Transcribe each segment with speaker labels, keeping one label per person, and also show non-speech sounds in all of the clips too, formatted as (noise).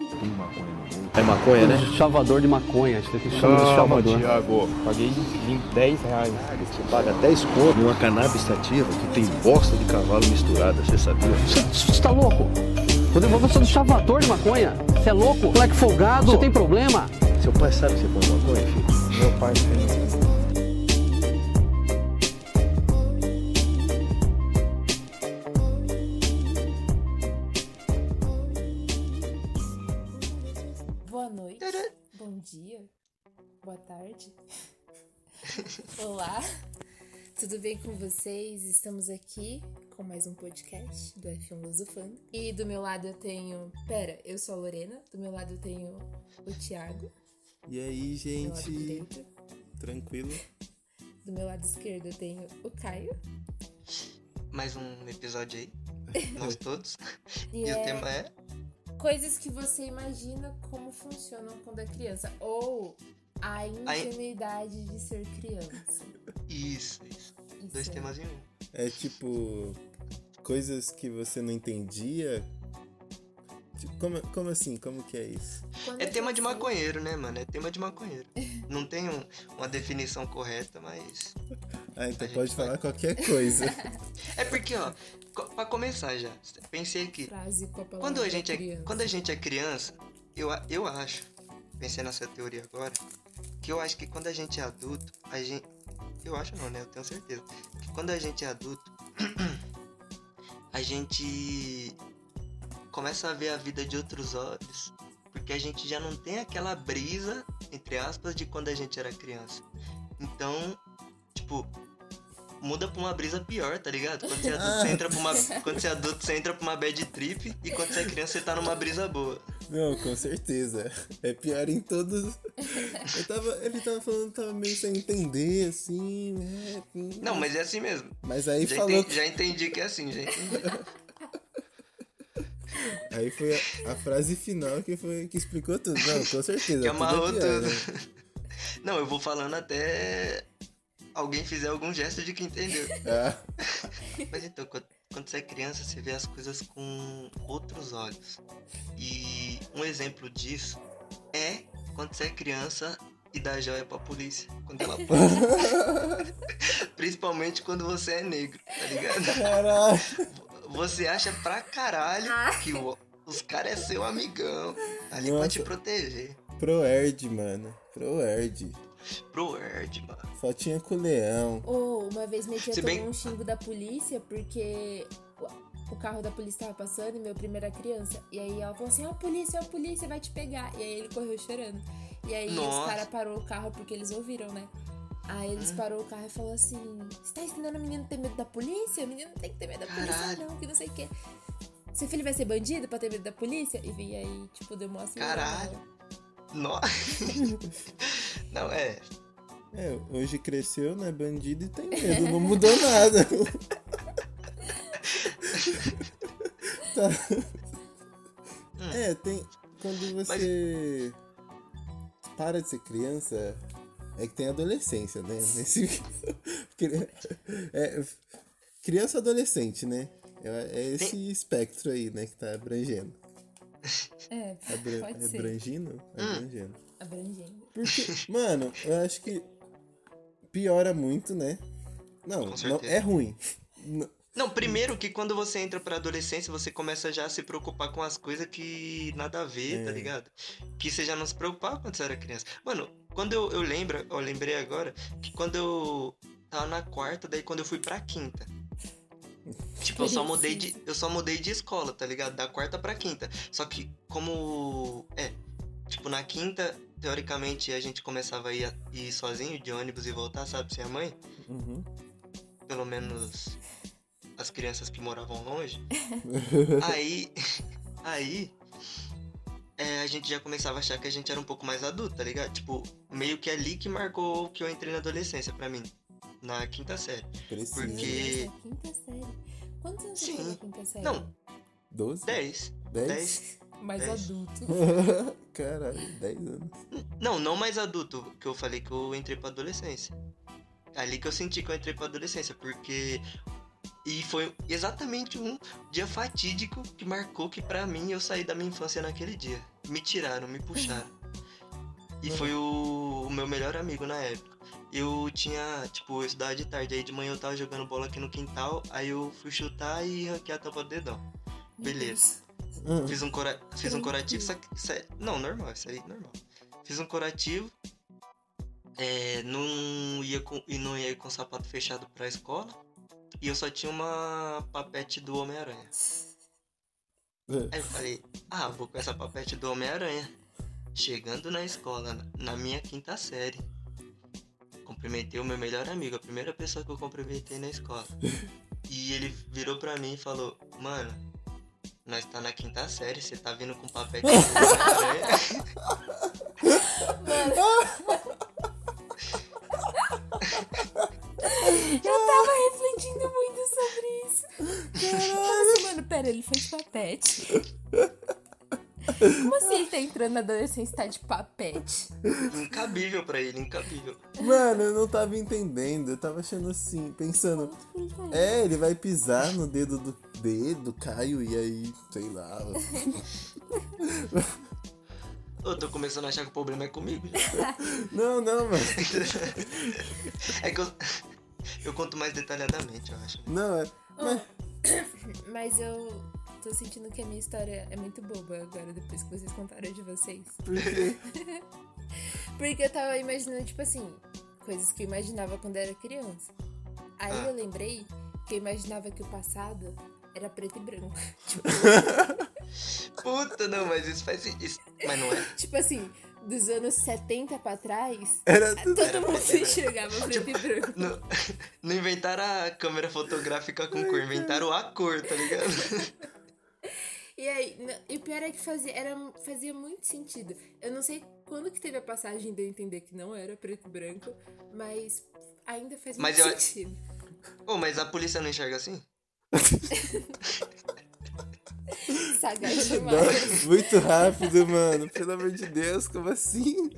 Speaker 1: tem maconha no bolso.
Speaker 2: É maconha, né?
Speaker 3: Chavador de maconha, acho que chama de chavador.
Speaker 1: Tiago.
Speaker 4: Paguei 20, 10 reais.
Speaker 1: Você paga 10 conto numa cannabis sativa que tem bosta de cavalo misturada, você sabia?
Speaker 3: Você tá louco? Rodrigo, você é um chavador de maconha? Você é louco? Moleque folgado? Você tem problema?
Speaker 1: Seu pai sabe que você põe maconha, filho?
Speaker 4: Meu pai fez.
Speaker 5: Boa noite, bom dia, boa tarde. (laughs) Olá, tudo bem com vocês? Estamos aqui com mais um podcast do F1 Lusofando. E do meu lado eu tenho. Pera, eu sou a Lorena, do meu lado eu tenho o Thiago,
Speaker 6: E aí,
Speaker 5: do meu lado
Speaker 6: gente?
Speaker 5: direito.
Speaker 6: Tranquilo?
Speaker 5: Do meu lado esquerdo eu tenho o Caio.
Speaker 7: mais um episódio aí. Nós todos.
Speaker 5: E,
Speaker 7: E o
Speaker 5: é
Speaker 7: tema é.
Speaker 5: coisas que você imagina como funcionam quando é criança. Ou a ingenuidade de ser criança.
Speaker 7: Isso, isso.
Speaker 5: Isso
Speaker 7: Dois
Speaker 5: é-
Speaker 7: temas em um.
Speaker 6: É tipo. Coisas que você não entendia? Tipo, como, como assim? Como que é isso?
Speaker 5: Quando
Speaker 7: É
Speaker 5: eu
Speaker 7: tema de
Speaker 5: cresci-
Speaker 7: maconheiro, né, mano? É tema de maconheiro. Não tem um- uma definição correta, mas.
Speaker 6: Ah, então
Speaker 7: A gente
Speaker 6: pode
Speaker 7: vai.
Speaker 6: falar qualquer
Speaker 7: (laughs)
Speaker 6: coisa.
Speaker 7: É porque, ó, co- pra começar já, pensei que
Speaker 5: Frase com a palavra
Speaker 7: quando a gente é,
Speaker 5: criança.
Speaker 7: quando a gente é criança, eu, a- eu acho, pensei nessa teoria agora, que eu acho que quando a gente é adulto, a gente. Eu acho não, né? Eu tenho certeza. Que quando a gente é adulto, (clears throat) a gente começa a ver a vida de outros olhos. Porque a gente já não tem aquela brisa, entre aspas, de quando a gente era criança. Então, tipo, muda pra uma brisa pior, tá ligado? Quando você é adulto, você entra pra uma, quando você é adulto, você entra pra uma bad trip e quando você é criança, você tá numa brisa boa.
Speaker 6: Não, com certeza. É pior em todos. Eu tava, ele tava falando, tava meio sem entender, assim, né?
Speaker 7: Não, mas é assim mesmo.
Speaker 6: Mas aí
Speaker 7: Já,
Speaker 6: falou.
Speaker 7: enten- já entendi que é assim, já entendi.
Speaker 6: Aí foi a, a frase final que foi que explicou tudo. Não, com certeza.
Speaker 7: Que
Speaker 6: tudo é
Speaker 7: amarrou
Speaker 6: pior,
Speaker 7: tudo.
Speaker 6: né?
Speaker 7: (laughs) Não, eu vou falando até alguém fizer algum gesto de que entendeu.
Speaker 6: Ah,
Speaker 7: Mas então, quando, quando você é criança, você vê as coisas com outros olhos. E um exemplo disso é quando você é criança e dá joia pra polícia. Quando ela (laughs) passa. Principalmente quando você é negro, tá ligado?
Speaker 6: caralho.
Speaker 7: Você acha pra caralho que o- os caras é seu amigão. Tá ali pra
Speaker 6: Nossa.
Speaker 7: te proteger.
Speaker 6: Pro Erd, mano. Pro Erd.
Speaker 7: Pro Erd, mano.
Speaker 6: Fotinha com o leão.
Speaker 5: Ou uma vez minha tia
Speaker 7: Se bem-
Speaker 5: tomou um xingo da polícia porque o- o carro da polícia tava passando e meu primo era criança. E aí ela falou assim: ó, a polícia, ó, a polícia vai te pegar. E aí ele correu chorando. E aí os
Speaker 7: Nossa.
Speaker 5: caras parou o carro porque eles ouviram, né? Aí eles parou o carro e falou assim: Você tá ensinando o menino a ter medo da polícia? O menino não tem que ter medo da polícia,
Speaker 7: Caralho.
Speaker 5: não, que não sei o quê. Seu filho vai ser bandido pra ter medo da polícia? E aí, tipo, demonstra.
Speaker 7: Caralho. Nossa. (laughs) Não, é.
Speaker 6: É, hoje cresceu, né? Bandido e tem medo. Não mudou nada. (laughs) Tá. É, tem. Quando você para de ser criança, é que tem adolescência, né? Nesse... (laughs) Cri- é, criança e adolescente, né? É é esse espectro aí, né? Que tá abrangendo.
Speaker 5: É,
Speaker 6: Abra...
Speaker 5: pode ser.
Speaker 6: Abrangindo? Abrangendo.
Speaker 5: Abrangendo.
Speaker 6: Porque,
Speaker 7: (laughs)
Speaker 6: mano, eu acho que piora muito, né? Não,
Speaker 7: Com
Speaker 6: não
Speaker 7: certeza.
Speaker 6: é ruim. N-
Speaker 7: Não, primeiro que quando você entra pra adolescência, você começa já a se preocupar com as coisas que nada a ver, tá
Speaker 6: É.
Speaker 7: ligado? Que você já não se preocupava quando você era criança. Mano, quando eu, eu lembro, eu lembrei agora, que quando eu tava na quarta, daí quando eu fui pra quinta. Tipo, eu só mudei de. Eu só mudei de escola, tá ligado? Da quarta pra quinta. Só que como. É, tipo, na quinta, teoricamente, a gente começava a ir, a ir sozinho de ônibus e voltar, sabe, sem a mãe
Speaker 6: Uhum.
Speaker 7: pelo menos as crianças que moravam longe. aí, (laughs) aí é, a gente já começava a achar que a gente era um pouco mais adulto, tá ligado? Tipo, meio que ali que marcou que eu entrei na adolescência pra mim, na quinta série.
Speaker 6: Precisa.
Speaker 7: Porque-
Speaker 5: Nossa, é Quinta série. Quantos anos você
Speaker 7: Sim.
Speaker 5: tem na quinta série?
Speaker 7: Não,
Speaker 6: 12?
Speaker 7: 10.
Speaker 6: 10?
Speaker 7: 10.
Speaker 5: Mais
Speaker 7: Dez.
Speaker 5: adulto.
Speaker 6: (laughs) Caralho, 10 anos.
Speaker 7: Não, não mais adulto, que eu falei que eu entrei pra adolescência. Ali que eu senti que eu entrei pra adolescência, porque E foi exatamente um dia fatídico que marcou que pra mim eu saí da minha infância naquele dia. Me tiraram, me puxaram. E foi o, o meu melhor amigo na época. Eu tinha, tipo, eu estudava de tarde, aí de manhã eu tava jogando bola aqui no quintal, aí eu fui chutar e ranquei a tampa do dedão. Beleza.
Speaker 6: Ah.
Speaker 7: Fiz um, cora... Fiz um curativo, só que. isso é- Não, normal, isso aí, normal. Fiz um curativo. É, não ia com... E não ia com o sapato fechado pra escola. E eu só tinha uma papete do Homem-Aranha. Aí eu falei, ah, vou com essa papete do Homem-Aranha. Chegando na escola, na- na minha quinta série. Cumprimentei o meu melhor amigo, a primeira pessoa que eu cumprimentei na escola. E ele virou pra mim e falou, mano, nós tá na quinta série, você tá vindo com papete do Homem-Aranha.
Speaker 5: Eu tava refletindo muito sobre isso. Nossa, mano, pera, ele foi de papete. Como assim ele tá entrando na adolescência e tá de papete?
Speaker 7: incabível pra ele, incabível.
Speaker 6: Mano, eu não tava entendendo. Eu tava achando assim, pensando. É, ele vai pisar no dedo do dedo, Caio, e aí, sei lá.
Speaker 7: Eu tô começando a achar que o problema é comigo. já.
Speaker 6: Não, não, mano.
Speaker 7: É que eu, (laughs) eu conto mais detalhadamente, eu acho.
Speaker 6: Não, é.
Speaker 5: Mas eu tô sentindo que a minha história é muito boba agora, depois que vocês contaram a de vocês.
Speaker 6: Por quê?
Speaker 5: (laughs) Porque eu tava imaginando, tipo assim, coisas que eu imaginava quando era criança. Aí
Speaker 6: Ah.
Speaker 5: eu lembrei que eu imaginava que o passado era preto e branco. (laughs)
Speaker 7: Puta, não, mas isso faz. Isso, mas não é.
Speaker 5: Tipo assim, dos anos 70 pra trás,
Speaker 6: Era tudo.
Speaker 5: todo mundo (laughs)
Speaker 7: preto
Speaker 5: se
Speaker 7: e branco.
Speaker 5: enxergava preto
Speaker 6: Tipo,
Speaker 5: e branco.
Speaker 7: Não, (laughs) não inventaram a câmera fotográfica com cor, inventaram a cor, tá ligado?
Speaker 5: E aí, n- e o pior é que fazia, era, fazia muito sentido. Eu não sei quando que teve a passagem de eu entender que não era preto e branco, mas ainda faz
Speaker 7: Mas
Speaker 5: muito
Speaker 7: eu-
Speaker 5: sentido.
Speaker 7: Ô, mas a polícia não enxerga assim?
Speaker 5: (laughs) Sagaz demais.
Speaker 6: Não, muito rápido, mano. Pelo amor de Deus, como assim?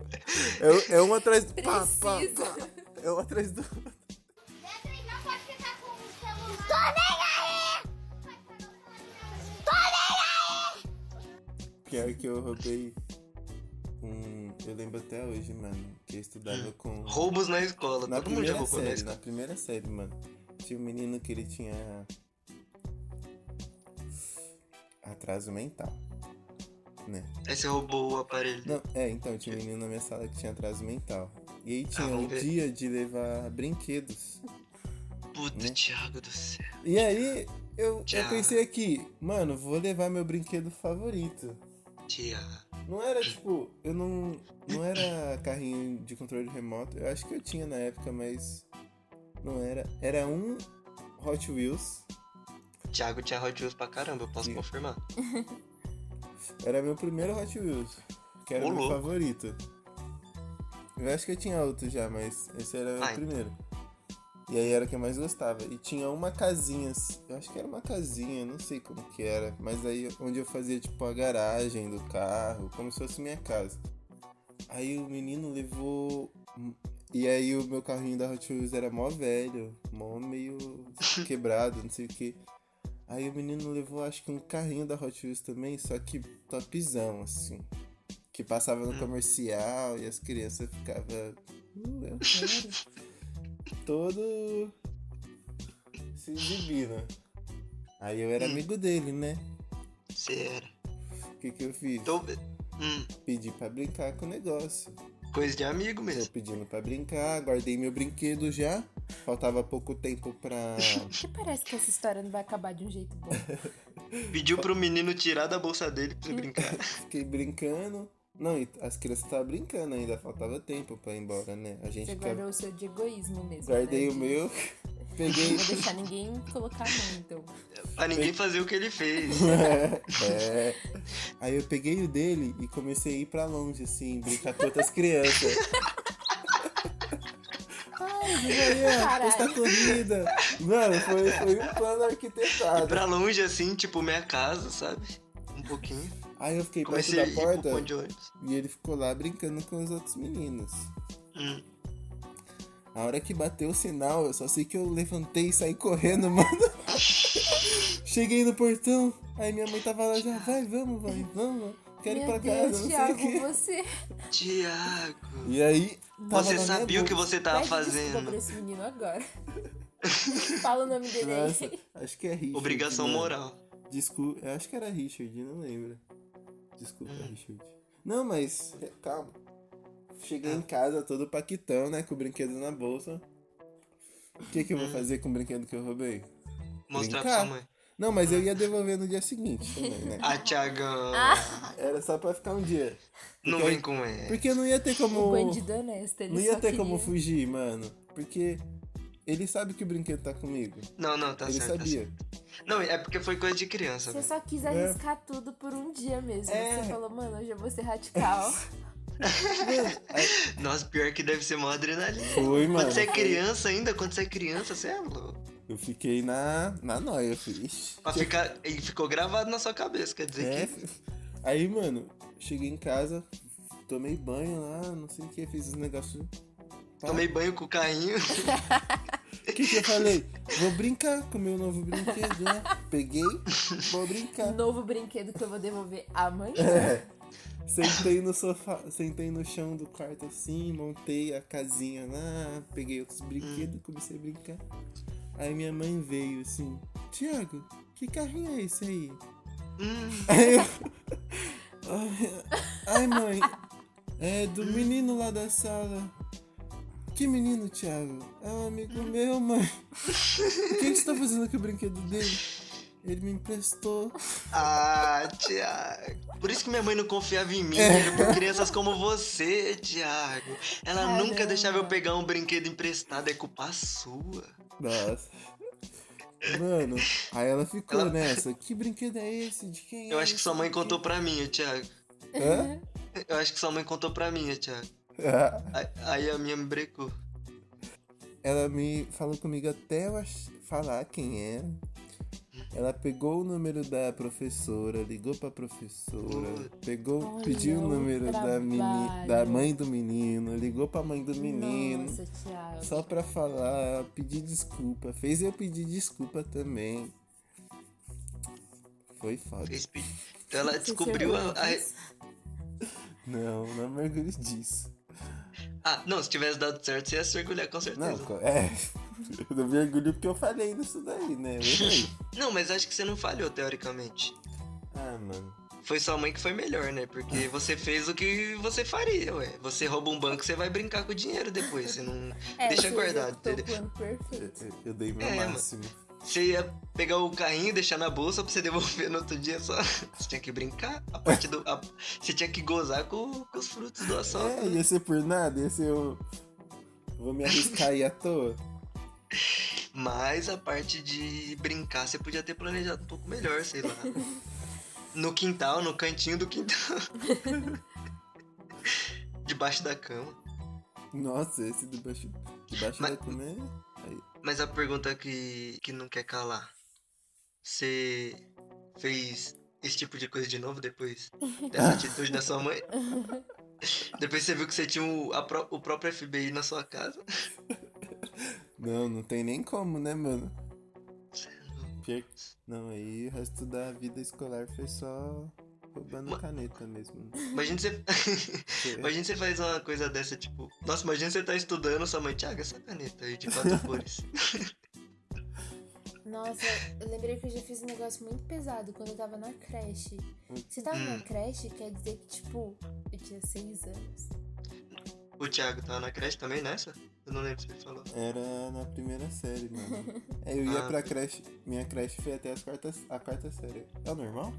Speaker 6: É, é um atrás do. Pá, pá, pá.
Speaker 5: Precisa.
Speaker 6: É um atrás do.
Speaker 2: Beatriz, não pode ficar com o celular. Tô nem aí! Tô nem aí!
Speaker 6: Pior que eu roubei. Um. Eu lembro até hoje, mano. Que eu estudava com.
Speaker 7: Roubos na escola,
Speaker 6: Na
Speaker 7: Hum. todo mundo já
Speaker 6: primeira
Speaker 7: roubou na
Speaker 6: série, né? na
Speaker 7: escola.
Speaker 6: primeira série, mano. Tinha um menino que ele tinha. Atraso mental. Né?
Speaker 7: Aí você roubou o aparelho.
Speaker 6: Não, é, então, tinha um menino na minha sala que tinha atraso mental. E aí tinha um
Speaker 7: Ah, vamos ver.
Speaker 6: dia de levar brinquedos.
Speaker 7: Puta,
Speaker 6: Né?
Speaker 7: Thiago do céu.
Speaker 6: E aí eu, eu
Speaker 7: Tchau.
Speaker 6: pensei aqui, mano, vou levar meu brinquedo favorito.
Speaker 7: Thiago.
Speaker 6: Não era tipo, eu não. Não era carrinho de controle remoto. Eu acho que eu tinha na época, mas. Não era. Era um Hot Wheels.
Speaker 7: Thiago tinha Hot Wheels pra caramba, eu posso
Speaker 6: Sim.
Speaker 7: confirmar.
Speaker 6: Era meu primeiro Hot Wheels, que era
Speaker 7: Ô,
Speaker 6: o meu
Speaker 7: louco.
Speaker 6: favorito. Eu acho que eu tinha outro já, mas esse era o
Speaker 7: Ah, então.
Speaker 6: primeiro. E aí era o que eu mais gostava. E tinha uma casinha, s- eu acho que era uma casinha, não sei como que era. Mas aí onde eu fazia tipo a garagem do carro, como se fosse minha casa. Aí o menino levou. E aí o meu carrinho da Hot Wheels era mó velho, mó meio quebrado, não sei o que. Aí o menino levou, acho que um carrinho da Hot Wheels também, só que topzão, assim. Que passava
Speaker 7: Hum.
Speaker 6: no comercial e as crianças ficavam. Uh, eu quero. Todo. se exibindo. Aí eu
Speaker 7: Hum.
Speaker 6: era amigo dele, né?
Speaker 7: Você era.
Speaker 6: O que, que eu fiz?
Speaker 7: Tô... Hum,
Speaker 6: Pedi pra brincar com o negócio.
Speaker 7: coisa de amigo
Speaker 6: Tô
Speaker 7: mesmo.
Speaker 6: pedindo pra brincar, guardei meu brinquedo já. Faltava pouco tempo
Speaker 7: (laughs)
Speaker 6: pra.
Speaker 5: Que parece que essa história não vai acabar de um jeito
Speaker 6: (laughs)
Speaker 5: bom.
Speaker 7: Pediu pro menino tirar da bolsa dele pra ele brincar.
Speaker 6: Fiquei brincando. Não, e as crianças estavam brincando ainda, faltava tempo pra ir embora, né? A gente
Speaker 5: Você
Speaker 6: ficava-
Speaker 5: guardou o seu de egoísmo mesmo.
Speaker 6: Guardei
Speaker 5: né?
Speaker 6: o
Speaker 5: De-
Speaker 6: meu,
Speaker 5: Não
Speaker 6: (laughs)
Speaker 7: (laughs)
Speaker 6: peguei.
Speaker 5: vou deixar ninguém colocar a mão, então.
Speaker 7: pra ninguém fazer o que
Speaker 6: (laughs)
Speaker 7: ele fez.
Speaker 6: É. Aí eu peguei o dele e comecei a ir pra longe, assim, brincar com outras crianças. Ai, Juliana,
Speaker 5: Caralho.
Speaker 6: esta corrida! Mano, foi, foi um plano arquitetado.
Speaker 7: Pra longe assim, tipo minha casa, sabe? Um pouquinho.
Speaker 6: Aí eu fiquei perto
Speaker 7: Comecei a
Speaker 6: da
Speaker 7: ir pro
Speaker 6: porta
Speaker 7: pão de ônibus.
Speaker 6: e ele ficou lá brincando com os outros meninos.
Speaker 7: Hum.
Speaker 6: A hora que bateu o sinal, eu só sei que eu levantei e saí correndo, (laughs) mano. Cheguei no portão, aí minha mãe tava lá já, vai, vamos, vai, vamos. (laughs) Quero ir pra
Speaker 5: Meu
Speaker 6: casa,
Speaker 5: Deus,
Speaker 6: não sei o
Speaker 5: Thiago,
Speaker 6: quê. Tá
Speaker 5: você.
Speaker 7: Tiago,
Speaker 6: E aí. tava na
Speaker 7: você
Speaker 6: minha
Speaker 7: sabia o que
Speaker 6: boca.
Speaker 7: você tava
Speaker 5: Pede Desculpa pra
Speaker 7: fazendo.
Speaker 5: esse menino agora.
Speaker 6: (laughs)
Speaker 5: Fala o nome dele
Speaker 6: Nossa,
Speaker 5: aí.
Speaker 6: acho que é Richard.
Speaker 7: Obrigação
Speaker 6: mano.
Speaker 7: moral.
Speaker 6: Desculpa, eu acho que era Richard, não lembro. Desculpa,
Speaker 7: Hum.
Speaker 6: Richard. Não, mas é, calma. Cheguei
Speaker 7: Ah.
Speaker 6: em casa todo paquitão, né? Com o brinquedo na bolsa. O que, que
Speaker 7: Hum.
Speaker 6: eu vou fazer com o brinquedo que eu roubei?
Speaker 7: Mostrar pra
Speaker 6: Brincar?
Speaker 7: sua mãe.
Speaker 6: Não, mas eu ia devolver no dia seguinte também,
Speaker 7: (laughs)
Speaker 6: né?
Speaker 7: Ah, Tiagão, Ah.
Speaker 6: Era só pra ficar um dia.
Speaker 7: não
Speaker 6: porque-
Speaker 7: vem com ele.
Speaker 6: Porque não ia ter
Speaker 5: O
Speaker 6: como.
Speaker 5: bandido honesto, ele
Speaker 6: Não
Speaker 5: só
Speaker 6: ia ter
Speaker 5: queria...
Speaker 6: como fugir, mano. Porque ele sabe que o brinquedo tá comigo.
Speaker 7: Não, não, tá
Speaker 6: ele
Speaker 7: certo. tá
Speaker 6: sabia.
Speaker 7: certo. Não, é porque foi coisa de criança,
Speaker 5: Você
Speaker 7: velho.
Speaker 5: só quis arriscar tudo por um dia mesmo.
Speaker 6: É.
Speaker 5: Você falou, mano, hoje eu vou ser
Speaker 7: (laughs)
Speaker 5: radical.
Speaker 7: Nossa, pior que deve ser mó adrenalina.
Speaker 6: Foi, mano.
Speaker 7: Quando você é criança ainda, quando você é criança, você é louco.
Speaker 6: Eu fiquei na, na noia, eu falei, "Ixi,
Speaker 7: Pra ficar, ele ficou gravado na sua cabeça, quer dizer
Speaker 6: É.
Speaker 7: que.
Speaker 6: Aí, mano, cheguei em casa, tomei banho lá, não sei o que, fiz os negócios. Tá.
Speaker 7: Tomei banho com
Speaker 5: (laughs)
Speaker 7: o carrinho.
Speaker 6: O que, que eu falei? Vou brincar com o meu novo brinquedo, né? Peguei, vou brincar.
Speaker 5: Um Novo brinquedo que eu vou devolver amanhã.
Speaker 7: É,
Speaker 6: Sentei no sofá, sentei no chão do quarto assim, montei a casinha lá, peguei outros brinquedos, comecei a brincar. Aí minha mãe veio assim, Tiago, que carrinho é esse aí?
Speaker 7: Hum,
Speaker 6: Aí eu- (laughs) Ai, Ai, mãe. É do menino lá da sala. Que menino, Thiago? É um amigo meu, mãe. O que que você tá fazendo com o brinquedo dele? Ele me emprestou.
Speaker 7: ah, Tiago. Por isso que minha mãe não confiava em mim,
Speaker 5: É.
Speaker 7: era por crianças como você, Tiago. Ela nunca
Speaker 5: Caramba.
Speaker 7: deixava eu pegar um brinquedo emprestado, é culpa sua.
Speaker 6: Nossa. Mano, aí ela ficou
Speaker 7: Ela-
Speaker 6: nessa. Que brinquedo é esse? De quem é?
Speaker 7: Eu acho que sua mãe
Speaker 6: Não sei
Speaker 7: contou pra mim,
Speaker 6: o
Speaker 7: Tiago.
Speaker 6: quê. Hã?
Speaker 7: Eu acho que sua mãe contou pra mim, Tiago. Aí- Aí a minha me brecou.
Speaker 6: (laughs) Ela me falou comigo até eu ach- falar quem era. Ela pegou o número da professora, ligou pra professora, pegou,
Speaker 5: Olha
Speaker 6: pediu o
Speaker 5: o
Speaker 6: número da, meni-
Speaker 5: trabalho.
Speaker 6: da mãe do menino, ligou pra mãe do menino,
Speaker 5: Nossa, Thiago.
Speaker 6: só pra falar, pedir desculpa. Fez eu pedir desculpa também. Foi foda.
Speaker 7: Fez pe- Então ela
Speaker 5: Você
Speaker 7: descobriu a,
Speaker 5: se orgulha
Speaker 7: a-
Speaker 5: disso?
Speaker 6: Não, não mergulhe disso.
Speaker 7: Ah, não, se tivesse dado certo, você ia se orgulhar, com certeza.
Speaker 6: Não, co- é. (laughs) Eu não mergulho porque eu falei nisso daí, né? Eu errei.
Speaker 7: (laughs) Não, mas acho que você não falhou, teoricamente.
Speaker 6: Ah, mano.
Speaker 7: Foi sua mãe que foi melhor, né? Porque você fez o que você faria, ué. Você rouba um banco, você vai brincar com o dinheiro depois. Você não
Speaker 5: É,
Speaker 7: deixa
Speaker 5: você
Speaker 7: guardado,
Speaker 5: executou
Speaker 7: entendeu?
Speaker 5: o plano
Speaker 6: Eu,
Speaker 5: perfeito.
Speaker 6: eu dei meu
Speaker 7: É, mano.
Speaker 6: máximo.
Speaker 7: Você ia pegar o carrinho, deixar na bolsa pra você (laughs) devolver no outro dia só. Você tinha que brincar. A parte do. a- Você tinha que gozar com, com os frutos do assalto.
Speaker 6: É, ia ser por nada, ia ser eu. Vou me arriscar aí à toa.
Speaker 7: Mas a parte de brincar, você podia ter planejado um pouco melhor, sei lá. No quintal, no cantinho do quintal. Debaixo da cama.
Speaker 6: Nossa, esse debaixo, debaixo
Speaker 7: Mas-
Speaker 6: da cama é.
Speaker 7: Mas a pergunta que, que não quer calar. Você fez esse tipo de coisa de novo depois dessa atitude da sua mãe? Depois você viu que você tinha o, a pró- o próprio FBI na sua casa?
Speaker 6: Não, não tem nem como, né, mano? Pior que- Não, aí o resto da vida escolar foi só roubando
Speaker 7: Ma-
Speaker 6: caneta mesmo.
Speaker 7: Imagina você. (laughs) Imagina você faz uma coisa dessa, tipo. Nossa, imagina você tá estudando, sua mãe, Thiago, essa caneta aí de quatro cores.
Speaker 5: Nossa, eu lembrei que eu já fiz um negócio muito pesado quando eu tava na creche. Se tava
Speaker 7: Hum.
Speaker 5: na creche, quer dizer que, tipo, eu tinha seis anos.
Speaker 7: O Thiago tava na creche também nessa? Eu não lembro se ele falou.
Speaker 6: Era na primeira série, mano. Aí eu ia
Speaker 7: (laughs) Ah,
Speaker 6: pra
Speaker 7: tá.
Speaker 6: creche. Minha creche foi até as quartas, a quarta série. É normal?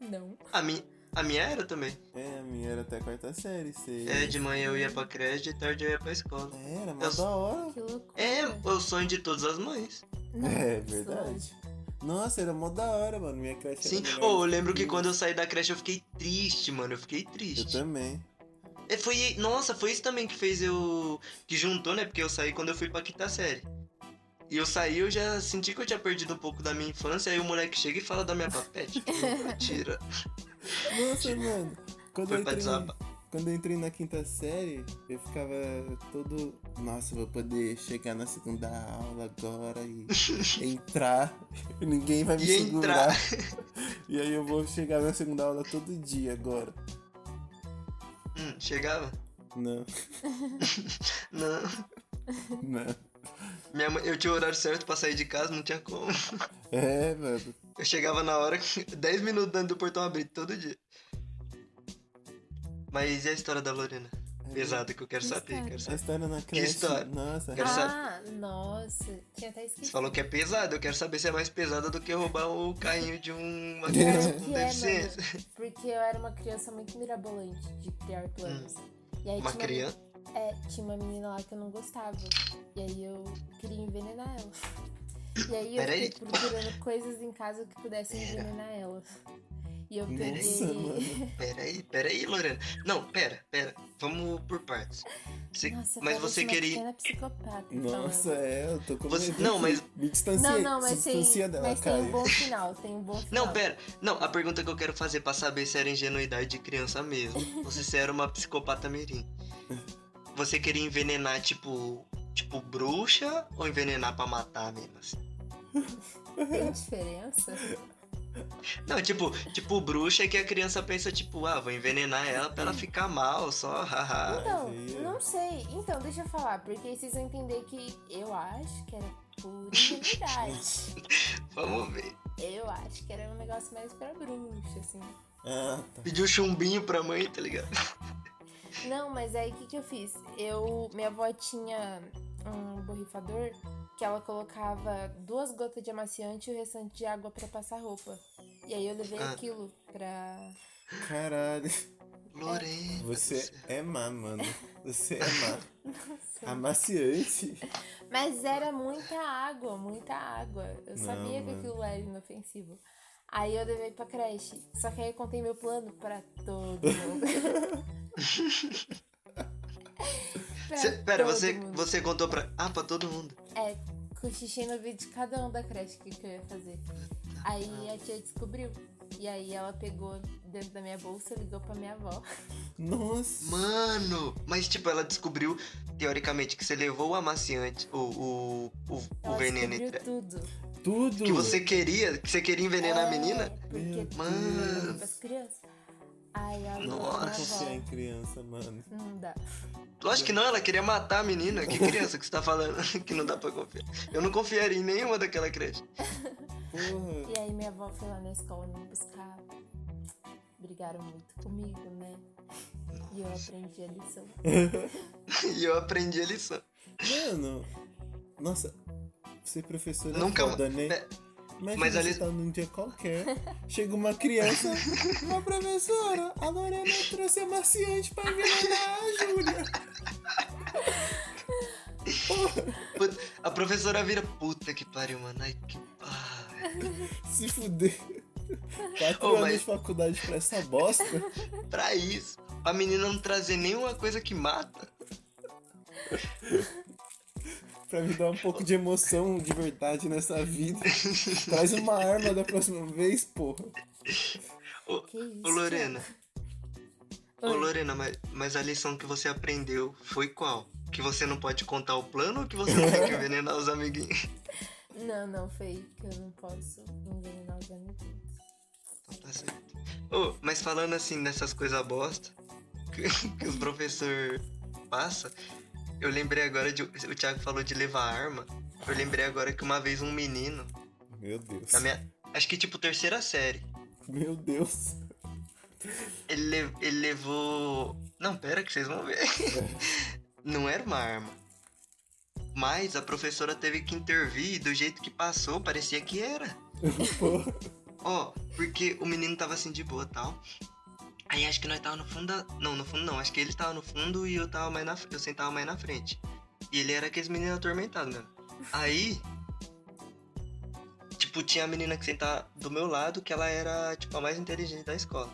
Speaker 5: Não.
Speaker 7: A, mi... a minha era também.
Speaker 6: É, a minha era até a quarta série. Você...
Speaker 7: É, de manhã eu ia pra creche, de tarde eu ia pra escola.
Speaker 6: É, Era,
Speaker 7: Eu-
Speaker 6: mas da hora.
Speaker 5: Que loucura.
Speaker 7: É, o sonho de todas as mães.
Speaker 6: É verdade. Nossa, era mó da hora, mano. Minha creche
Speaker 7: Sim.
Speaker 6: era.
Speaker 7: Ô, eu lembro que quando eu tipo, saí da creche eu fiquei triste, mano. Eu fiquei
Speaker 6: Eu
Speaker 7: triste.
Speaker 6: também.
Speaker 7: É, foi. Nossa, foi isso também que fez eu. Que juntou, né? Porque eu saí quando eu fui pra quinta série. E eu saí, eu já senti que eu tinha perdido um pouco da minha infância. Aí o moleque chega e fala da minha papete. Tira.
Speaker 6: Nossa, mano. Quando
Speaker 7: Foi
Speaker 6: eu
Speaker 7: pra
Speaker 6: entrei,
Speaker 7: desabafar.
Speaker 6: Quando eu entrei na quinta série, eu ficava todo. Nossa, eu vou poder chegar na segunda aula agora
Speaker 7: (laughs)
Speaker 6: e entrar. Ninguém vai me
Speaker 7: E
Speaker 6: segurar.
Speaker 7: entrar.
Speaker 6: E aí eu vou chegar na segunda aula todo dia agora.
Speaker 7: Hum, chegava?
Speaker 6: Não, (laughs)
Speaker 7: Não.
Speaker 6: não.
Speaker 7: Minha mãe, eu tinha o horário certo pra sair de casa, não tinha como.
Speaker 6: É, mano.
Speaker 7: Eu chegava na hora, (laughs) 10 minutos dentro do portão abrido todo dia. Mas e a história da Lorena? Pesada que eu quero
Speaker 5: Que
Speaker 7: saber,
Speaker 5: história?
Speaker 7: quero
Speaker 6: A
Speaker 7: saber.
Speaker 6: história na creche.
Speaker 7: história?
Speaker 6: Nossa,
Speaker 7: Quero saber.
Speaker 5: Ah, nossa, tinha até
Speaker 7: Você
Speaker 5: esquecido.
Speaker 7: falou que é pesada, eu quero saber se é mais pesada do que roubar o carrinho de um- uma
Speaker 5: Cara,
Speaker 7: criança
Speaker 5: que
Speaker 7: com
Speaker 5: é,
Speaker 7: deficiência.
Speaker 5: mano, Porque eu era uma criança muito mirabolante de criar planos. E aí
Speaker 7: Uma
Speaker 5: tinha
Speaker 7: criança?
Speaker 5: É, tinha uma menina lá que eu não gostava. E aí eu queria envenenar ela. E aí eu
Speaker 7: Peraí.
Speaker 5: fiquei procurando coisas em casa que pudessem envenenar ela. E eu
Speaker 7: Nossa,
Speaker 5: peguei.
Speaker 6: mano.
Speaker 7: Peraí, peraí, Lorena. Não, pera, pera. Vamos por partes. Você-
Speaker 5: Nossa,
Speaker 7: mas
Speaker 5: parece
Speaker 7: você
Speaker 5: uma
Speaker 7: queria.
Speaker 5: pequena psicopata.
Speaker 6: Nossa,
Speaker 5: falando.
Speaker 6: é, eu tô com
Speaker 7: Você-
Speaker 6: medo
Speaker 7: não,
Speaker 6: aqui.
Speaker 7: mas-
Speaker 6: Me distancia,
Speaker 5: Não, não, mas,
Speaker 6: se
Speaker 5: tem,
Speaker 6: distancia dela,
Speaker 5: mas tem
Speaker 6: Caio.
Speaker 5: um bom final, tem um bom final.
Speaker 7: Não, pera. Não, a pergunta que eu quero fazer pra saber se era ingenuidade de criança mesmo. ou se você era uma psicopata mirim. Você queria envenenar, tipo. Tipo, bruxa ou envenenar pra matar mesmo? assim?
Speaker 5: Tem diferença?
Speaker 7: Não, tipo, tipo, bruxa é que a criança pensa, tipo, ah, vou envenenar ela pra ela ficar mal, só, (laughs) haha.
Speaker 5: Então,
Speaker 6: mas aí é-
Speaker 5: não sei. Então, deixa eu falar, porque aí vocês vão entender que eu acho que era pura ingenuidade.
Speaker 7: Vamos ver.
Speaker 5: eu acho que era um negócio mais pra bruxa, assim.
Speaker 6: Ah, tá.
Speaker 7: Pediu chumbinho pra mãe, tá ligado?
Speaker 5: Não, mas aí o que, que eu fiz? Eu. Minha avó tinha um borrifador que ela colocava duas gotas de amaciante e o restante de água pra passar roupa. E aí eu levei
Speaker 7: Ah.
Speaker 5: aquilo pra.
Speaker 6: Caralho.
Speaker 7: Lorena. do
Speaker 6: Você
Speaker 7: céu.
Speaker 6: é má, mano. Você é má. Amaciante.
Speaker 5: Mas era muita água, muita água. Eu sabia que
Speaker 6: mano.
Speaker 5: aquilo era inofensivo. Aí eu levei pra creche. Só que aí eu contei meu plano pra todo mundo. (laughs) Pra
Speaker 7: Cê- pera,
Speaker 5: todo
Speaker 7: você,
Speaker 5: mundo.
Speaker 7: você contou pra. Ah, pra todo mundo.
Speaker 5: É, cochichei no vídeo de cada um da creche o que, que eu ia fazer. Aí a tia descobriu. E aí ela pegou dentro da minha bolsa, ligou pra minha avó.
Speaker 6: Nossa.
Speaker 7: Mano! Mas, tipo, ela descobriu, teoricamente, que você levou o amaciante, o, o, o, o
Speaker 5: Ela
Speaker 7: veneno
Speaker 5: descobriu
Speaker 7: entre-
Speaker 5: tudo.
Speaker 6: Tudo.
Speaker 7: que você queria, que você queria envenenar
Speaker 5: É,
Speaker 7: a menina?
Speaker 5: Porque tudo
Speaker 7: Mano.
Speaker 5: as crianças. Aí ela ligou pra
Speaker 6: Não
Speaker 5: minha
Speaker 6: confiar
Speaker 5: avó.
Speaker 6: em é criança, mano.
Speaker 5: Não dá.
Speaker 7: Lógico que não, ela queria matar a menina. Que criança que você tá falando (laughs) que não dá pra confiar. Eu não confiaria em nenhuma daquela creche.
Speaker 6: Porra.
Speaker 5: E aí minha avó foi lá na escola me buscar. Brigaram muito comigo, né? E eu aprendi a lição.
Speaker 7: (laughs) E eu aprendi a lição.
Speaker 6: Mano. Nossa. Ser professor é
Speaker 7: Nunca
Speaker 6: foda,
Speaker 7: ma-
Speaker 6: né?
Speaker 7: É,
Speaker 6: Mas,
Speaker 7: mas
Speaker 6: você
Speaker 7: ali-
Speaker 6: tá num dia qualquer, chega uma criança, uma professora, a Lorena trouxe amaciante pra envenenar a Júlia.
Speaker 7: É, put- A professora vira puta que pariu, mano. Ai, que. Ah,
Speaker 6: Se fuder. Quatro
Speaker 7: Ô,
Speaker 6: anos
Speaker 7: mas-
Speaker 6: de faculdade pra essa bosta.
Speaker 7: é pra isso. Pra menina não trazer nenhuma coisa que mata.
Speaker 6: Pra me dar um pouco de emoção de verdade nessa vida. Traz uma arma da próxima vez, porra.
Speaker 7: Ô,
Speaker 5: Que isso?
Speaker 7: ô Lorena. Ô
Speaker 5: Oi.
Speaker 7: Lorena, mas, mas a lição que você aprendeu foi qual? Que você não pode contar o plano ou que
Speaker 5: (laughs)
Speaker 7: você não tem que envenenar os amiguinhos? (laughs)
Speaker 5: Não, não, foi que eu não posso envenenar os amiguinhos.
Speaker 7: Tá certo. Ô, mas falando assim nessas coisas bosta que, (laughs) que os professor passa, eu lembrei agora de. O Thiago falou de levar arma. Eu lembrei agora que uma vez um menino,
Speaker 6: Meu Deus.
Speaker 7: na minha. Acho que tipo terceira série,
Speaker 6: Meu Deus.
Speaker 7: ele, le- ele levou. Não, pera que vocês vão ver. (laughs) Não era uma arma. Mas a professora teve que intervir e do jeito que passou, parecia que era.
Speaker 6: Porra.
Speaker 7: Ó, porque o menino tava assim de boa tal. Aí acho que nós tava no fundo da. Não, no fundo não. Acho que ele tava no fundo e eu tava mais na fr- Eu sentava mais na frente. E ele era aqueles meninos atormentados mesmo. Aí. Tipo, tinha a menina que sentava do meu lado, que ela era, tipo, a mais inteligente da escola.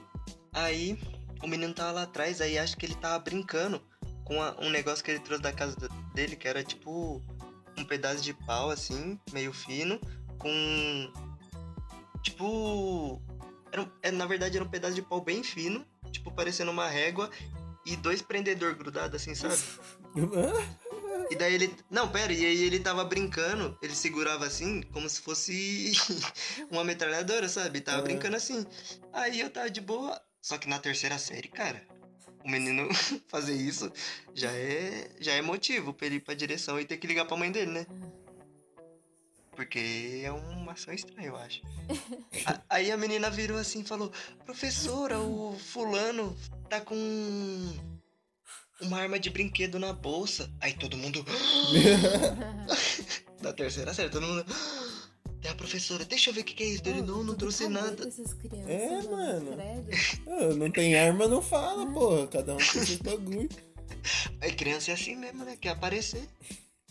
Speaker 7: Aí, o menino tava lá atrás, aí acho que ele tava brincando com a- um negócio que ele trouxe da casa dele, que era tipo um pedaço de pau, assim, meio fino, com Tipo. Era, um- é, na verdade, era um pedaço de pau bem fino, tipo, parecendo uma régua. e dois prendedor grudado assim, sabe?
Speaker 6: Ah,
Speaker 7: E daí ele. Não, pera, e aí ele tava brincando, ele segurava assim, como se fosse (laughs) uma metralhadora, sabe? Tava brincando assim. Aí eu tava de boa. Só que na terceira série, cara, o menino (laughs) fazer isso já é. já é motivo pra ele ir pra direção e ter que ligar pra mãe dele, né? Porque é uma ação estranha, eu acho. A- aí a menina virou assim e falou: Professora, o fulano tá com uma arma de brinquedo na bolsa. Aí todo mundo. (laughs) da terceira série, todo mundo. Até a professora, deixa eu ver o que, que é isso. Ele não, não
Speaker 5: tudo
Speaker 7: trouxe
Speaker 5: calor
Speaker 7: nada.
Speaker 5: com Essas crianças,
Speaker 6: É, mano.
Speaker 5: Credo.
Speaker 7: (laughs)
Speaker 6: Ah, não tem arma, não fala, porra. Cada um tem seus bagulho.
Speaker 7: Aí criança é assim mesmo, né? Quer aparecer.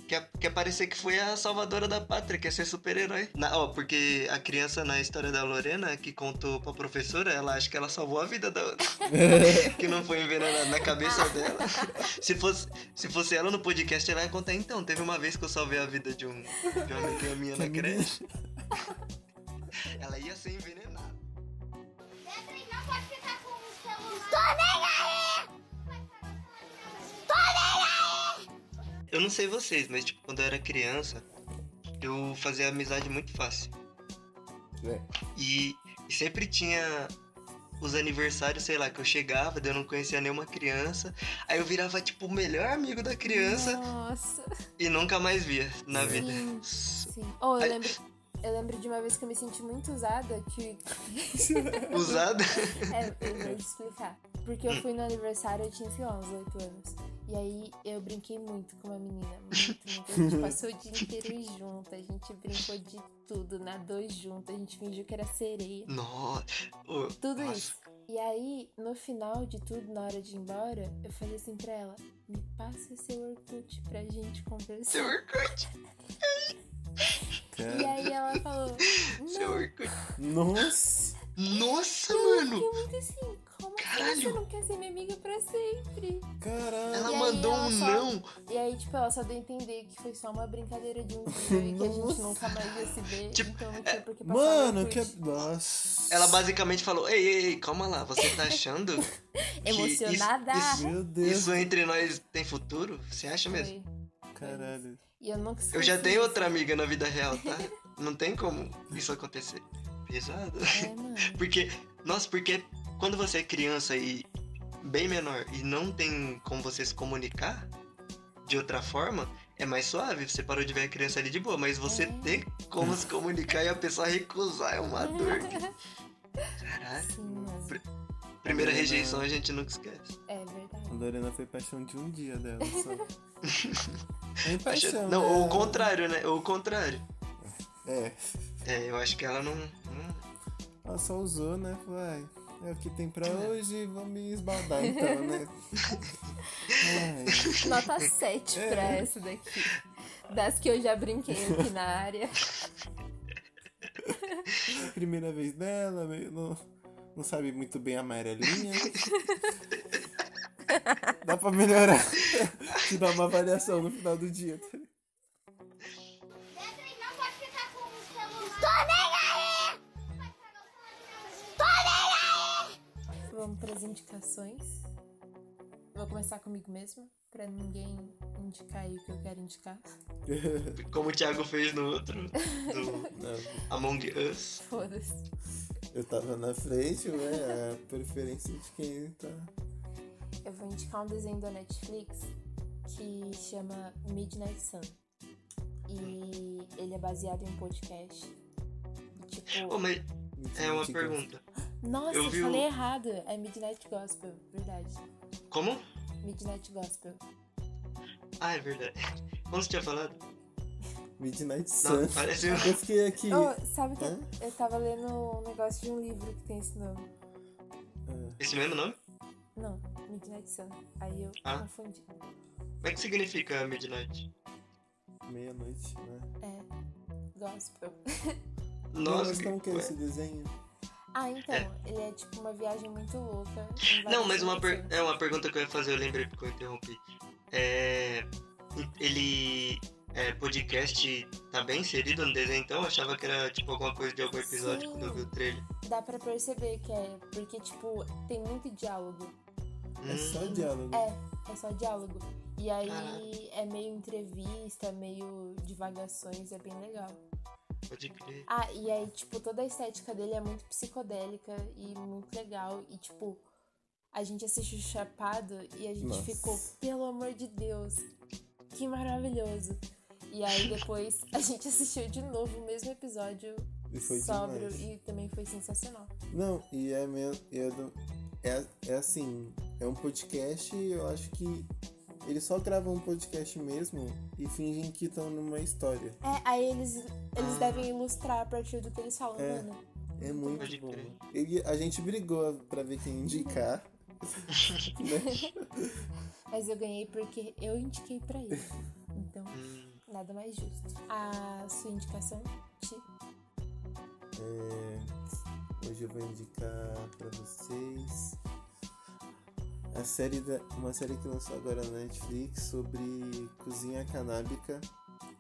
Speaker 7: Quer, quer parecer que foi a salvadora da pátria, quer ser super-herói. Na- Ó, porque a criança na história da Lorena, que contou pra professora, ela acha que ela salvou a vida da outra. que não foi envenenada na cabeça dela. Se fosse, se fosse ela no podcast, ela ia contar, então, teve uma vez que eu salvei a vida de um, de uma amiguinha minha na creche. ela ia ser envenenada.
Speaker 2: Beatriz, não pode ficar com o celular. Tô nem aí! Tô nem aí!
Speaker 7: Eu não sei vocês, mas tipo, quando eu era criança, eu fazia amizade muito fácil.
Speaker 6: É.
Speaker 7: E, e sempre tinha os aniversários, sei lá, que eu chegava, daí eu não conhecia nenhuma criança. Aí eu virava, tipo, o melhor amigo da criança
Speaker 5: Nossa.
Speaker 7: e nunca mais via na vida.
Speaker 5: Sim, sim. Oh, eu
Speaker 7: Tá Ai.
Speaker 5: lembro, eu lembro de uma vez que eu me senti muito usada que.
Speaker 7: Usada. (laughs)
Speaker 5: É, eu vou te explicar. Porque eu fui no aniversário, eu tinha, sei lá, uns 8 anos. E aí eu brinquei muito com uma menina. Muito, muito. A
Speaker 7: (laughs)
Speaker 5: gente passou o dia inteiro junto, a gente brincou de tudo, nadou junto, a gente fingiu que era sereia.
Speaker 7: Nossa.
Speaker 5: Tudo isso. E aí, no final de tudo, na hora de ir embora, eu falei assim pra ela: me passa seu Orkut pra gente
Speaker 7: Seu
Speaker 5: conversar.
Speaker 7: Orkut.
Speaker 5: E aí ela falou:
Speaker 7: Seu
Speaker 5: não,
Speaker 7: Orkut.
Speaker 6: Nossa!
Speaker 7: Nossa,
Speaker 5: eu
Speaker 7: mano.
Speaker 5: fiquei muito assim, como assim você
Speaker 7: Caralho.
Speaker 5: não quer ser minha amiga pra sempre?
Speaker 6: Caralho!
Speaker 7: Ela
Speaker 5: E aí
Speaker 7: mandou
Speaker 5: ela
Speaker 7: um
Speaker 5: só-
Speaker 7: não.
Speaker 5: E aí, tipo, ela só deu a entender que foi só uma brincadeira de um dia e que a gente nunca mais ia se ver.
Speaker 7: (laughs) Tipo,
Speaker 5: então não tinha por que passar
Speaker 6: Mano,
Speaker 5: no
Speaker 6: que.
Speaker 5: Orkut.
Speaker 6: Nossa!
Speaker 7: Ela basicamente falou: Ei, ei, ei, calma lá. Você
Speaker 5: (laughs)
Speaker 7: tá achando. que isso-
Speaker 5: Emocionada.
Speaker 7: Isso,
Speaker 6: Meu Deus!
Speaker 7: isso entre nós tem futuro? Você acha
Speaker 5: Foi.
Speaker 7: É mesmo?
Speaker 6: Caralho!
Speaker 5: E eu nunca
Speaker 7: Eu já
Speaker 5: esqueci
Speaker 7: tenho
Speaker 5: isso.
Speaker 7: outra amiga na vida real,
Speaker 5: (laughs)
Speaker 7: tá? Não tem como isso acontecer. Pesado.
Speaker 5: É, mano.
Speaker 7: (laughs) Porque, nossa, porque quando você é criança e bem menor e não tem como você se comunicar de outra forma, é mais suave. Você parou de ver a criança ali de boa, mas você
Speaker 5: É.
Speaker 7: ter como se comunicar e a pessoa recusar é uma
Speaker 5: (laughs)
Speaker 7: dor. Caralho.
Speaker 5: Sim, mano.
Speaker 7: Primeira
Speaker 6: É, né?
Speaker 7: rejeição a gente nunca esquece.
Speaker 5: É
Speaker 6: A
Speaker 7: (laughs)
Speaker 5: verdade.
Speaker 6: Lorena foi paixão de um dia dela só. Nem
Speaker 7: Acho-
Speaker 6: paixão.
Speaker 7: Não,
Speaker 6: né?
Speaker 7: ou o contrário, né? Ou o contrário.
Speaker 6: É.
Speaker 7: É, eu acho que ela não. não-
Speaker 6: Ela só usou, né? Falou, ai, é o que tem pra hoje, vou me esbaldar então, né? Ai,
Speaker 5: Nota 7
Speaker 6: É.
Speaker 5: pra essa daqui. Das que eu já brinquei aqui na área.
Speaker 6: é a primeira vez dela, meio não, não sabe muito bem a amarelinha. Dá pra melhorar. (laughs) Te dá uma avaliação no final do dia. tá
Speaker 2: Beatriz, não pode ficar com o celular. Tô nem aí! Tô nem aí!
Speaker 5: Vamos para as indicações. Vou começar comigo mesma, pra ninguém indicar aí o que eu quero indicar. (laughs)
Speaker 7: Como o Thiago fez no outro,
Speaker 6: (laughs)
Speaker 7: do
Speaker 6: Não,
Speaker 7: Among Us.
Speaker 5: Foda-se.
Speaker 6: eu tava na frente, ué, a preferência de quem tá.
Speaker 5: Eu vou indicar um desenho da Netflix que chama Midnight Sun. E ele é baseado em um podcast. E,
Speaker 7: Ô,
Speaker 5: Tipo,
Speaker 7: mas
Speaker 6: Mentira,
Speaker 7: é uma
Speaker 6: mentira.
Speaker 7: pergunta.
Speaker 5: nossa,
Speaker 7: eu
Speaker 5: eu
Speaker 7: vi o-
Speaker 5: falei errado. É Midnight Gospel, verdade.
Speaker 7: Como?
Speaker 5: Midnight Gospel.
Speaker 7: Ah, é verdade. (laughs) Como você tinha falado?
Speaker 6: Midnight
Speaker 7: Não,
Speaker 6: Sun.
Speaker 7: parece um.
Speaker 6: Eu fiquei aqui.
Speaker 5: Oh, sabe que
Speaker 6: Hã?
Speaker 5: eu, eu tava lendo um negócio de um livro que tem esse nome.
Speaker 7: Esse mesmo nome?
Speaker 5: Não, Midnight Sun. Aí eu
Speaker 7: Ah.
Speaker 5: confundi.
Speaker 7: Como é que significa Midnight?
Speaker 6: Meia-noite, né?
Speaker 5: É, gospel. (laughs)
Speaker 6: Não,
Speaker 7: Nossa,
Speaker 6: mas como que é
Speaker 7: ué.
Speaker 6: esse desenho?
Speaker 5: Ah, então,
Speaker 7: É.
Speaker 5: ele é tipo uma viagem muito louca.
Speaker 7: Não, mas uma, per-
Speaker 5: pergunta.
Speaker 7: é uma pergunta que eu ia fazer, eu lembrei porque eu interrompi. É. Ele. É, podcast tá bem inserido no desenho, então? Eu achava que era tipo alguma coisa de algum episódio
Speaker 5: Sim.
Speaker 7: quando eu vi o trailer.
Speaker 5: Dá pra perceber que é, porque, tipo, tem muito diálogo.
Speaker 7: Hum,
Speaker 6: É só diálogo.
Speaker 5: É, é só diálogo. E aí
Speaker 7: Caraca.
Speaker 5: é meio entrevista, meio divagações, é bem legal.
Speaker 7: Pode crer.
Speaker 5: Ah, e aí, tipo, toda a estética dele é muito psicodélica e muito legal. E, tipo, a gente assistiu o Chapado e a gente
Speaker 6: Nossa.
Speaker 5: ficou, pelo amor de Deus, que maravilhoso. E
Speaker 6: (laughs)
Speaker 5: aí depois a gente assistiu de novo o mesmo episódio
Speaker 6: E foi
Speaker 5: sóbrio
Speaker 6: demais.
Speaker 5: e também foi sensacional.
Speaker 6: Não, e é mesmo. É, do- é, é assim, é um podcast, eu acho que eles só gravam um podcast mesmo e fingem que estão numa história.
Speaker 5: É, aí eles,
Speaker 7: Ah.
Speaker 5: eles devem ilustrar a partir do que eles falam,
Speaker 6: É.
Speaker 5: mano.
Speaker 6: É muito
Speaker 7: Pode
Speaker 6: bom.
Speaker 7: crer.
Speaker 6: E a gente brigou pra ver quem indicar. né?
Speaker 5: Mas eu ganhei porque eu indiquei pra
Speaker 7: (laughs)
Speaker 5: ele. Então,
Speaker 7: Hum,
Speaker 5: nada mais justo. A sua indicação, Ti?
Speaker 6: É, hoje eu vou indicar pra vocês a série da, uma série que lançou agora na Netflix sobre cozinha canábica.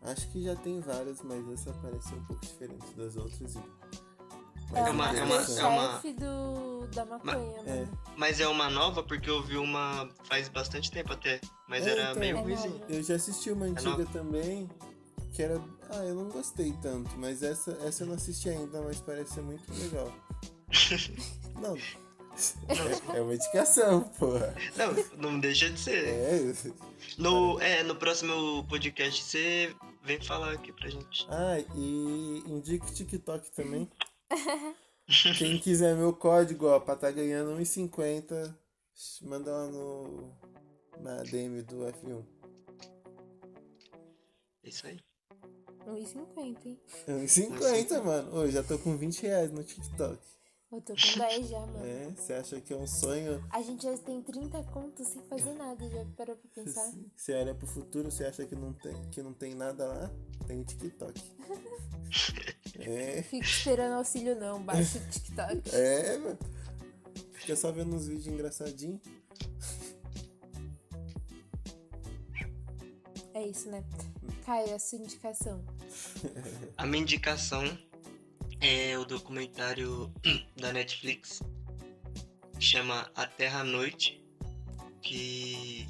Speaker 6: Acho que já tem várias, mas essa parece um pouco diferente das outras. e-
Speaker 5: É
Speaker 6: mas
Speaker 5: o
Speaker 7: uma- é uma-
Speaker 5: Masterchef
Speaker 6: interessante.
Speaker 7: é uma-
Speaker 5: do, da maconha,
Speaker 6: É.
Speaker 5: mano.
Speaker 7: Mas é uma nova porque eu vi uma faz bastante tempo até. Mas
Speaker 6: É,
Speaker 7: era
Speaker 6: então,
Speaker 7: meio
Speaker 5: É
Speaker 7: ruimzinho.
Speaker 5: nova.
Speaker 6: Eu já assisti uma antiga
Speaker 7: nova.
Speaker 6: também, que era. Ah, eu não gostei tanto, mas essa, essa eu não assisti ainda, mas parece ser muito legal. não. É, é uma indicação, porra.
Speaker 7: Não, não deixa de ser.
Speaker 6: É.
Speaker 7: No, é, no próximo podcast você vem falar aqui pra gente.
Speaker 6: Ah, e indico o TikTok também.
Speaker 7: (laughs)
Speaker 6: Quem quiser meu código, ó, pra tá ganhando 1,50, manda lá no. Na DM do F1.
Speaker 7: É isso aí.
Speaker 5: 1,50, hein?
Speaker 6: É 1,50, mano. Ô, já tô com 20 reais no TikTok.
Speaker 5: Eu tô com 10 já, mano.
Speaker 6: É, você acha que é um sonho?
Speaker 5: A gente já tem 30 contos sem fazer nada, já parou pra
Speaker 7: (laughs)
Speaker 5: pensar?
Speaker 6: Você olha pro futuro, você acha que não tem, que não tem nada lá? Tem o TikTok.
Speaker 7: (laughs)
Speaker 6: É,
Speaker 5: Fico esperando auxílio não, baixa o TikTok.
Speaker 6: é, mano. Fica só vendo uns vídeos engraçadinhos.
Speaker 5: É isso, né? Caio, a sua indicação.
Speaker 7: A minha indicação é o documentário (clears throat) da Netflix que chama A Terra à Noite, que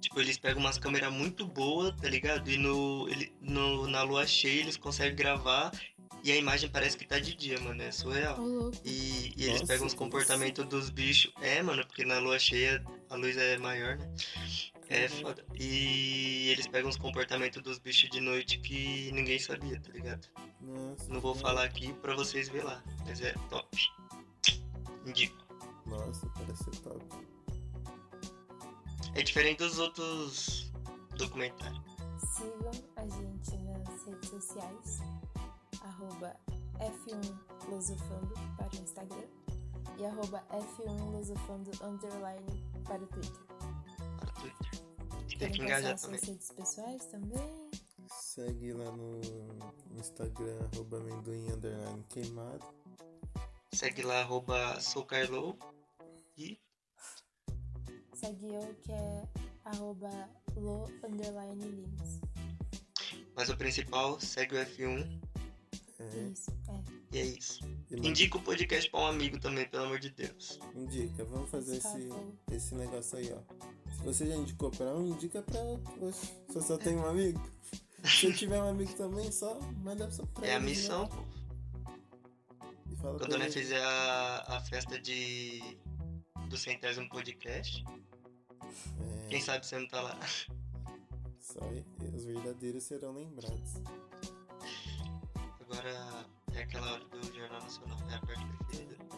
Speaker 7: tipo, eles pegam umas câmeras muito boas, tá ligado? E no, ele- no- na lua cheia eles conseguem gravar e a imagem parece que tá de dia, mano, é surreal.
Speaker 5: Ô, louco.
Speaker 7: E, e eles
Speaker 6: Nossa,
Speaker 7: pegam os
Speaker 6: que
Speaker 7: comportamentos dos bichos. É, mano, porque na lua cheia a luz é maior, né? É foda. E eles pegam os comportamentos dos bichos de noite que ninguém sabia, tá ligado?
Speaker 6: Nossa,
Speaker 7: Não vou
Speaker 6: que-
Speaker 7: falar aqui pra vocês ver lá, mas é top. Indico.
Speaker 6: Nossa, parece ser top.
Speaker 7: É diferente dos outros documentários.
Speaker 5: Sigam a gente nas redes sociais. Arroba F1 Losofando para o Instagram. E arroba F1 Losofando Underline para o Twitter.
Speaker 7: para o Twitter. Tem que
Speaker 5: Querem passar
Speaker 7: engajar
Speaker 5: as
Speaker 7: também.
Speaker 5: suas redes pessoais também?
Speaker 6: Segue lá no Instagram, arroba amendoim underline queimado.
Speaker 7: Segue lá, arroba soucarlow. E
Speaker 5: Segue eu que é arroba lo underline links.
Speaker 7: mas o principal, segue o F1.
Speaker 6: É,
Speaker 5: Isso, é.
Speaker 7: E é isso.
Speaker 6: e manda-
Speaker 7: Indica o podcast pra um amigo também, pelo amor de Deus.
Speaker 6: indica, vamos fazer
Speaker 5: Tá
Speaker 6: esse, esse negócio aí, ó. Se você já indicou pra um, indica pra outro. Se você só tem um amigo. Se tiver um amigo também, só manda só pra
Speaker 7: É a
Speaker 6: ele, né?
Speaker 7: missão, pô.
Speaker 6: E fala
Speaker 7: Quando
Speaker 6: pra
Speaker 7: nós
Speaker 6: ele.
Speaker 7: fizer a, a festa de do centésimo podcast,
Speaker 6: É,
Speaker 7: quem sabe você não tá lá.
Speaker 6: só e- os verdadeiros serão lembrados.
Speaker 7: Agora é aquela hora do Jornal Nacional, é a parte preferida.